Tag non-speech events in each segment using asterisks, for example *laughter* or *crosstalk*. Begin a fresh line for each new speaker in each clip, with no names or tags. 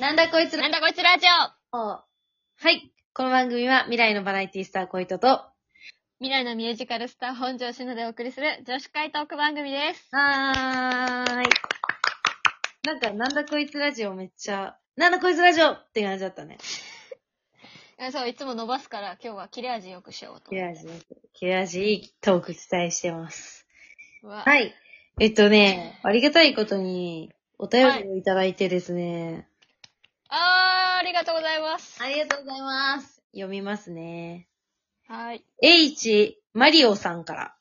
なんだこいつら
なんだこいつラジオ
はい。この番組は未来のバラエティスターコイトと、は
未来のミュージカルスター本庄しのでお送りする女子会トーク番組です。
ーい。なんか、なんだこいつラジオめっちゃ、なんだこいつラジオって感じだったね。
えそう、いつも伸ばすから今日は切れ味よくしようと
切。れ味、切れ味いいトーク期待してます。
は。
はいい。えっとね、ありがたいことに、お便りをいただいてですね。
あー、ありがとうございます。
ありがとうございます。読みますね。
はい。
H マリオさんから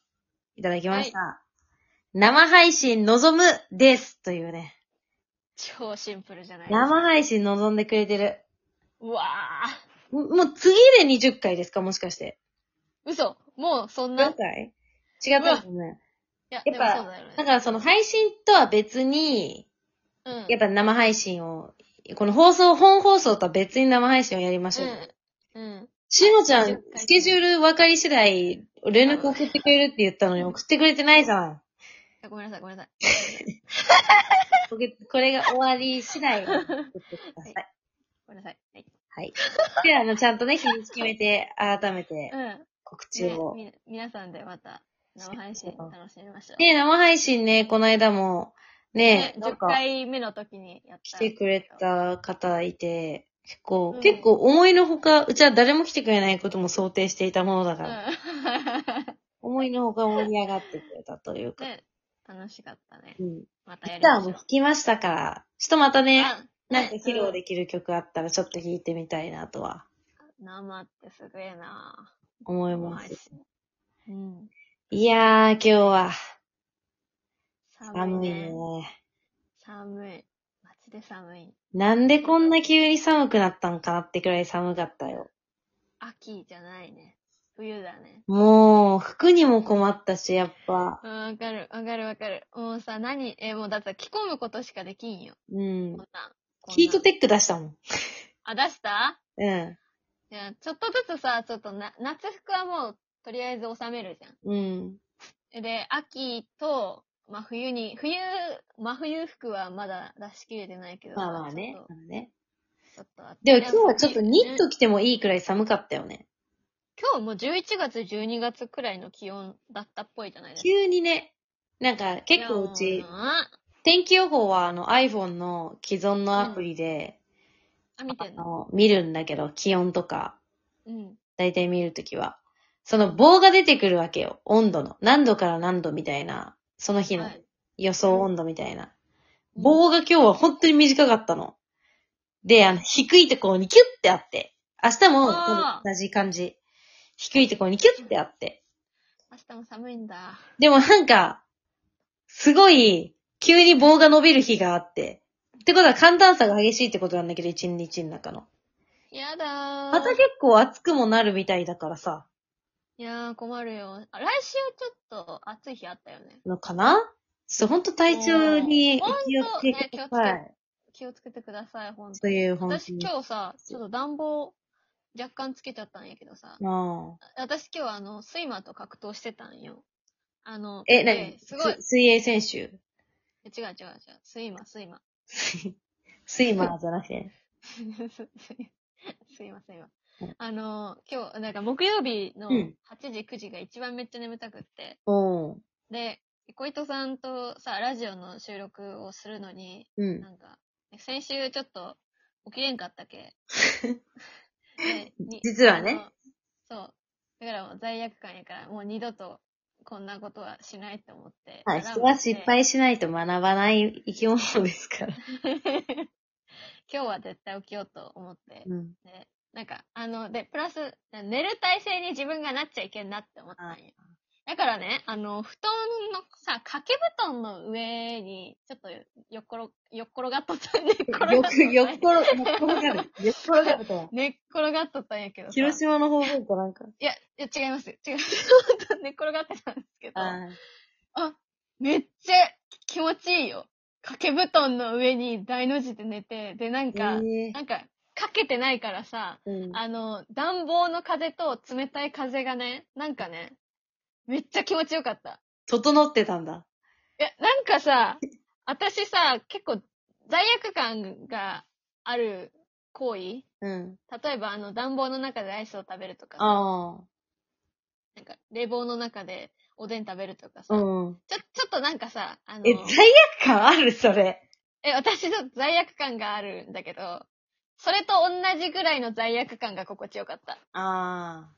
いただきました。生配信望むですというね。
超シンプルじゃないですか。
生配信望んでくれてる。
うわ
ももう次で20回ですかもしかして。
ー。嘘もうそんな。い
何回違ったですね。
や、
やっぱ
でもそうだよ
だか
ね。
らその配信とは別に、
うん。
やっぱ生配信を、この放送、本放送とは別に生配信をやりましょう。
うん。うん。
しのちゃん、
20回
スケジュール分かり次第、連絡送ってくれるって言ったのに送ってくれてないじゃん。
あごめんなさい、ごめんなさい。
これが終わり次第、送ってください。
ごめんなさい。はい。
はい。で、あの、ちゃんとね、日にち決めて、改めて
うん。
告知を。
ねみ皆さんでまた生配信楽しみましょう。
ね、生配信ね、この間も、ね
ね、
なん
10
か、
回目の時にやった。
来てくれた方いて、結構、
うん
結構思いのほか、うちは誰も来てくれないことも想定していたものだ
う
から、
ん。
思いのほか盛り上がってくれたというか。
ね、楽しかったね。
うん。
また
ギ
やり
ター
ましょ
も
う
弾。きましたから、ちょっとまたね、
あ
なんか披露
うん
できる曲あったらちょっと弾いてみたいなとは
生ってすげえな
思い
ぁ。
ます。
うん。
いやー、今日は
寒
寒
い
い
ね
ね。。
寒い。街で寒い。
なんでこんな急に寒くなったんかなってくらい寒かったよ。
秋じゃないね。冬だね。
もう、服にも困ったし、やっぱ、
うん、わかる、わかる、わかる。もうさ、何、え、もうだって着込むことしかできんよ。
うん
こん。なん。こんなん
ヒートテック出したもん。
あ、出した
うん。
いや、ちょっとずつさ、ちょっとな、夏服はもう、とりあえず収めるじゃん。
うん。
で、秋と、まあ、冬に、冬、真冬服はまだ出し切れてないけど。
まあまあね
ちょっ。と
まあね
ちょっとあ
でも今日はちょっとニッ
ね
ト着てもいいくらい寒かったよね。
今日も11月、12月くらいの気温だったっぽいじゃないですか。
急にね。なんか *laughs* 結構う
い
ち
や、もな
天気予報はあの iPhone の既存のアプリで、
あ、見てん
あ
の
の見るんだけど、気温とか、
うん。
だいたい見るときは。その棒が出てくるわけよ。温度の。何度から何度みたいな。その日の
はい
予想温度みたいな。
うん
棒が今日は本当に短かったの。で、あの、低いところにキュッてあって。明日も
あー
同じ感じ。低いところにキュッてあって。
明日も寒いんだ。
でもなんか、すごい、急に棒が伸びる日があって。ってことは寒暖差が激しいってことなんだけど、一日の中の。
やだー。
また結構暑くもなるみたいだからさ、
いやー、困るよ。あ来週ちょっと暑い日あったよね。
のかなそう、ほんと体調に気をつけてくださ
ほんとね
い。
気をつけてください、ほんと
そういう、ほんと
私
に。
今日さ、ちょっと暖房若干つけちゃったんやけどさ。
ああ
私今日あの、スイマーと格闘してたんよ。あの、
え、な
で
に
すごい。
す水泳選手
違う違う違う。スイマー、スイマー。 *laughs*
*laughs* スイマーじゃなくて。
すすいません。あの、今日、なんか木曜日の
うん
8時、9時が一番めっちゃ眠たくって。
おうん。
で、小糸さんとさ、ラジオの収録をするのに、
うん。
なんか、先週ちょっと起きれんかった
*laughs*
け。でに
実はね
あのそう。だからもう罪悪感やから、もう二度とこんなことはしないと思って。
はい、
アラー
人
ムを
は
押して
失敗しないと学ばない生き物ですから。
*laughs* 今日は絶対起きようと思って。
うん。
で、なんか、あの、で、プラス、寝る体勢に自分がなっちゃいけんなって思ったんよ。だからね、あの、布団のさ、掛け布団の上に、ちょっと、よっころ、よっころがっとった、寝っころ
*laughs* よ
がっとっ
く、
た
よっころ、よっころが *laughs* る。よっころがるとは。
寝っ転がっとったんやけどさ。
広島の方向かなんか。
いや、いや、違いますよ。違います。 *laughs* 本当寝っ転がってたんですけど、
あ
めっちゃ気持ちいいよ。掛け布団の上に大の字で寝て、で、なんか、
あ。ええ
なんか、かけてないからさ、
うん。
あの、暖房の風と冷たい風がね、なんかね、めっちゃ気持ちよかった。
整ってたんだ。
いや、なんかさ、私さ、結構罪悪感がある行為
うん。
例えば、あの、暖房の中でアイスを食べるとかさ
あ
なんか、冷房の中でおでん食べるとか
あ。
さ、
うん。
ちょ、ちょっとなんかさ、あの、
え、罪悪感あるそれ。
え、私ちょっと罪悪感があるんだけど、それと同じぐらいの罪悪感が心地よかった。
あ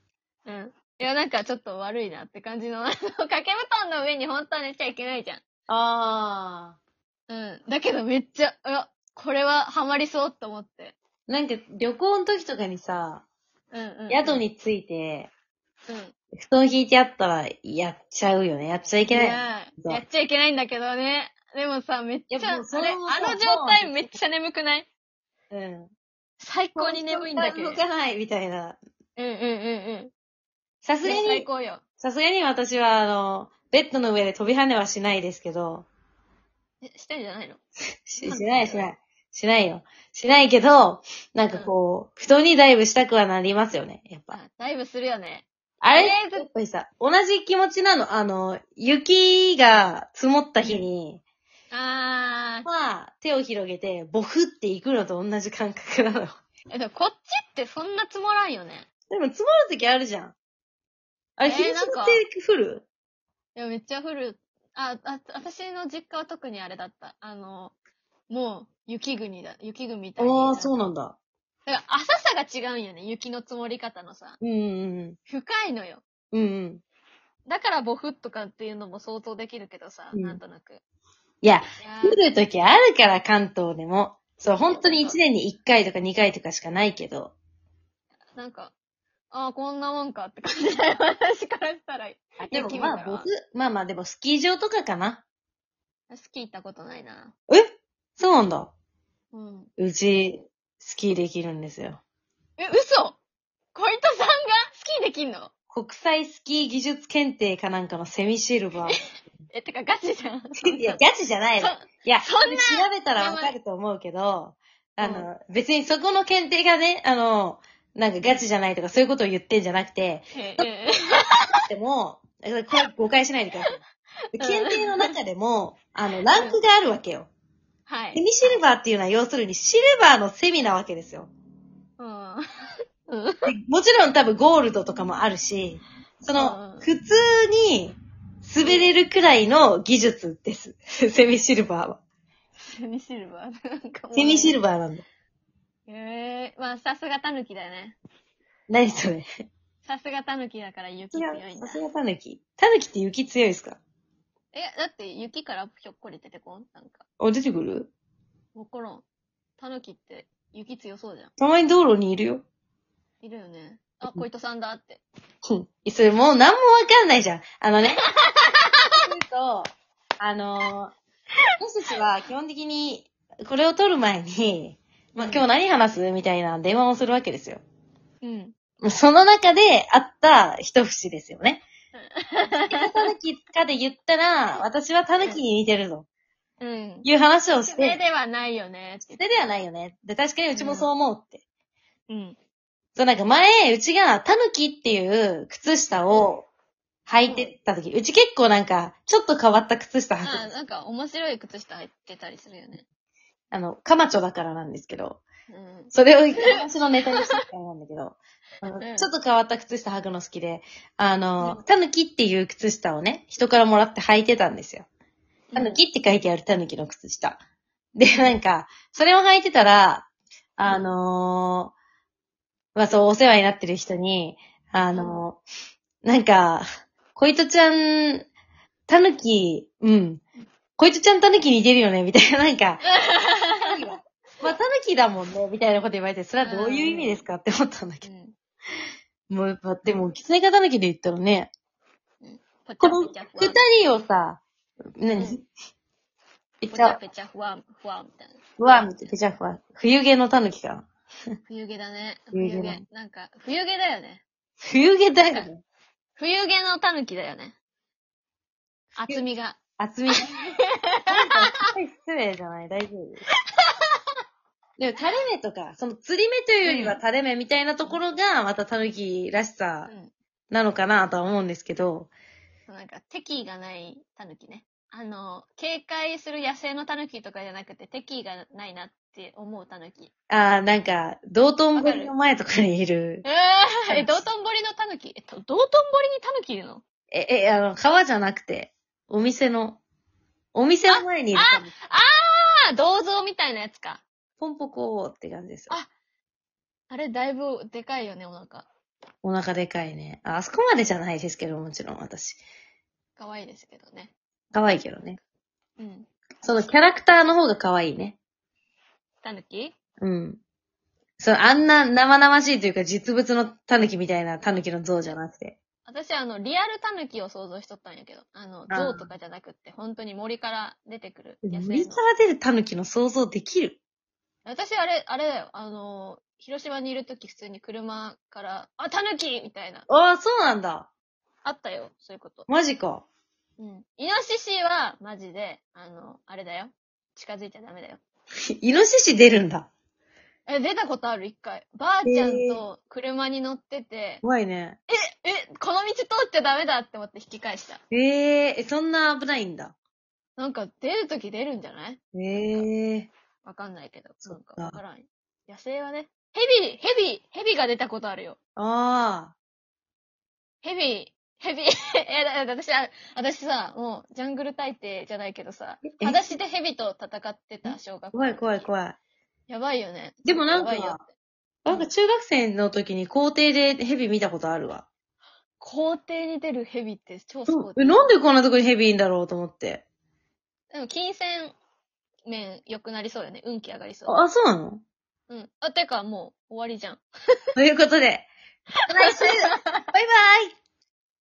あ。
うん。いや、なんかちょっと悪いなって感じの、あの、掛け布団の上に本当は寝ちゃいけないじゃん。
ああ。
うん。だけどめっちゃ、いや、これはハマりそうと思って。
なんか、旅行の時とかにさ、
うんうん。
宿。に着いて、
うん。
布団引いてあったら、やっちゃうよね。やっちゃいけない。
ややっちゃいけないんだけどね。でもさ、めっちゃ、
いや
あ
も
れ
うそれもさ
あの状態めっちゃ眠くない
うん。
最高に眠いんだけど。うん
動かないみたいな。
うんうんうん。
さすが
ね最
に、
高よ。
さすがに私は、あの、ベッドの上で飛び跳ねはしないですけど、
えしてんじゃないの
ししないしない。しないよ。しないけど、なんかこう、布団にダイブしたくはなりますよね、やっぱ。
あ、だいぶするよね。
あれ、
とりあえず
やっぱりさ、同じ気持ちなの。あの、雪が積もった日に、
あー。
まあ、手を広げて、ボフって行くのと同じ感覚なの。
え、でもこっちってそんな積もらんよね。
でも積もる時あるじゃん。あれ、
えー
日にちっ
なんか
て降る
いや、めっちゃ降る。あ、あ、私の実家は特にあれだった。あの、もう、雪国だ。雪国みたい
ああ、そう
な
なんだ。
だから、浅さが違うんよね。雪の積もり方のさ。
うんうん
深いのよ。
うん。うんうん。
だから、ボフとかっていうのも想像できるけどさ、
うん
なんとなく。い
いや、
や
降る時あるから、関東でも。そう、本当に1年に1回とか2回とかしかないけど。
ー、なんか、ああ、こんなもんかって感じだよ。 *laughs* 私からしたら。
でも
雪見た
ま
ら
あ、僕、まあまあ、でもスキー場とかかな。
スキー行ったことないな。
えそうなんだ。
うん。
うち、スキーできるんですよ。
え、嘘小糸さんがスキーできんの
国際スキー技術検定かなんかのセミシルバー。
え、てかガチじゃん。
*laughs* いや、 *laughs* ガチじゃないの。
そ
いや、
そんな
調べたらわかると思うけど、
うん
あの、別にそこの検定がね、あの、なんかガチじゃないとかそういうことを言ってんじゃなくて、
ええ
*laughs* でも、これ誤解しないでください。
ん
検定の中でも、あの、ランクがあるわけよ。
は
セ
い。
ミシルバーっていうのは要するにシルバーのセミなわけですよ。
うん。うん。
でもちろん多分ゴールドとかもあるし、その
う、ん
普通に滑れるくらいの技術です。セミシルバーは。
セミシルバー。なんか
セミシ
ル
ルバーなんだ。
バー。ええまあ、さすがタヌキだよね。
何それ。
さすがタヌキだから雪
いや
強いん
さ
だ。
すがタヌキ。タヌキって雪強いですか
え、だって雪からひょっこり出てこんなんか。
あ、出てくる
わからん。タヌキって雪強そうじゃん。
たまに道路にいるよ。
いるよね。あ、小糸さんだって。
うん。それもう何もわかんないじゃん。あの
*laughs*
ね。そうすると、あのー私たちは基本的に、これを撮る前に、まあ、今日何話すみたいな電話をするわけですよ。
うん。
その中であった一節ですよね。タヌキかで言ったら、私はタヌキに似てるぞ。
うん。
いう話をし
それ
て、
*laughs* ではないよねって
捨てではないよね。で、確かにうちもそう思うって。
うん。
そう、なんか前、うちがタヌキっていう靴下を履いてた時、うち結構なんか、ちょっと変わった靴下履く
あ
んです。
なんか面白い靴下入ってたりするよね。
あの、カマチョだからなんですけど、
うん。
それを私のネタにしたみたいなんだけど、あの
うん
ちょっと変わった靴下履くの好きで、あの、
う
タヌキっていう靴下をね、人からもらって履いてたんですよ。タヌキって書いてあるタヌキの靴下。で、なんか、それを履いてたら、あのーまあ、そう、お世話になってる人に、あのーなんか、こいとちゃん、タヌキ、うん。こいとちゃんタヌキ似てるよね、みたいな、なんか、まあ、タヌキだもんね、みたいなこと言われて、それはどういう意味ですかって思ったんだけ
う
ど。
ん。
もう、やっぱ、でも、キツネかタヌキで言ったらね、
ぽち
この
ゃぺちゃふわ
二人をさ、何、
うん
ペ
ぽ
チ
ちゃ
ャ
ぺちゃふわ、ふわみたいな。
ふわ、ペチャふわ、冬毛のタヌキかな。
冬毛だね。
冬
冬
毛だ
毛。なんか、冬毛だよね。
冬毛だよね。
冬毛のタヌキだよね。厚みが。
厚み。なんか失礼じゃない大丈夫。でも、垂れ目とか、その釣り目というよりは垂れ目みたいなところが、またタヌキらし
う
さ
ん。
なのかなとは思うんですけど、
そうなんか、敵意がないタヌキね。あの、警戒する野生のタヌキとかじゃなくて、敵意がないなっって思う、たぬき。
ああ、なんか、道頓堀の前とかにいる。
えー、え、道頓堀のたぬきえっと、道頓堀にたぬきいるの
え、え、あの、川じゃなくて、お店の、お店の前にいるタヌキ
ああ、銅像みたいなやつか。
ポンポコーって感じですよ
あ。あれ、だいぶでかいよね、お腹。
お腹でかいね。ああそこまでじゃないですけど、もちろん私。
可愛いですけどね。
可愛いけどね。
うん。
そのキャラクターの方が可愛いね。
たぬき
うん。そう、あんな生々しいというか実物のタヌキみたいなタヌキの像じゃなくて。
私、あの、リアルたぬきを想像しとったんやけど、あの、
あー
象とかじゃなくって、本当に森から出てくる野生
森
の
か。ら出るタヌキの想像できる
私、あれ、あれだよ、あの、広島にいるとき普通に車から、あ、たぬきみたいな。
ああ、そうなんだ。
あったよ、そういうこと。
マジか。
うん。イノシシは、マジで、あの、あれだよ。近づいちゃダメだよ。
イノシシ出るんだ。
え、出たことある一回。ばあちゃんと車に乗ってて、
怖いね。
え、この道通っちゃダメだって思って引き返した。
ええそんな危ないんだ。
なんか、出るとき出るんじゃない
ええ
わかんないけど。
そ
な
っ
ん
か
か、わからん。野生はね、ヘビ、ヘビ、ヘビが出たことあるよ。
ああ。
ヘビ、ヘ *laughs* ビ、え、だだ私、あ私さ、もう、ジャングル大帝じゃないけどさ、
え
裸足でヘビと戦ってた小学校。
怖い怖い
い。
怖い。
やばいよね。
でもなんか
やばいよって
なんか中学生の時に校庭でヘビ見たことあるわ。
校庭に出るヘビって超すごい。
え、なんでこんなとこにヘビいんだろうと思って。
でも、金銭面良くなりそうよね。運気上がりそう。
あ、あそうなの
うん。
*laughs*
あ、てか、もう、終わりじゃん。
ということで、来週バイバイ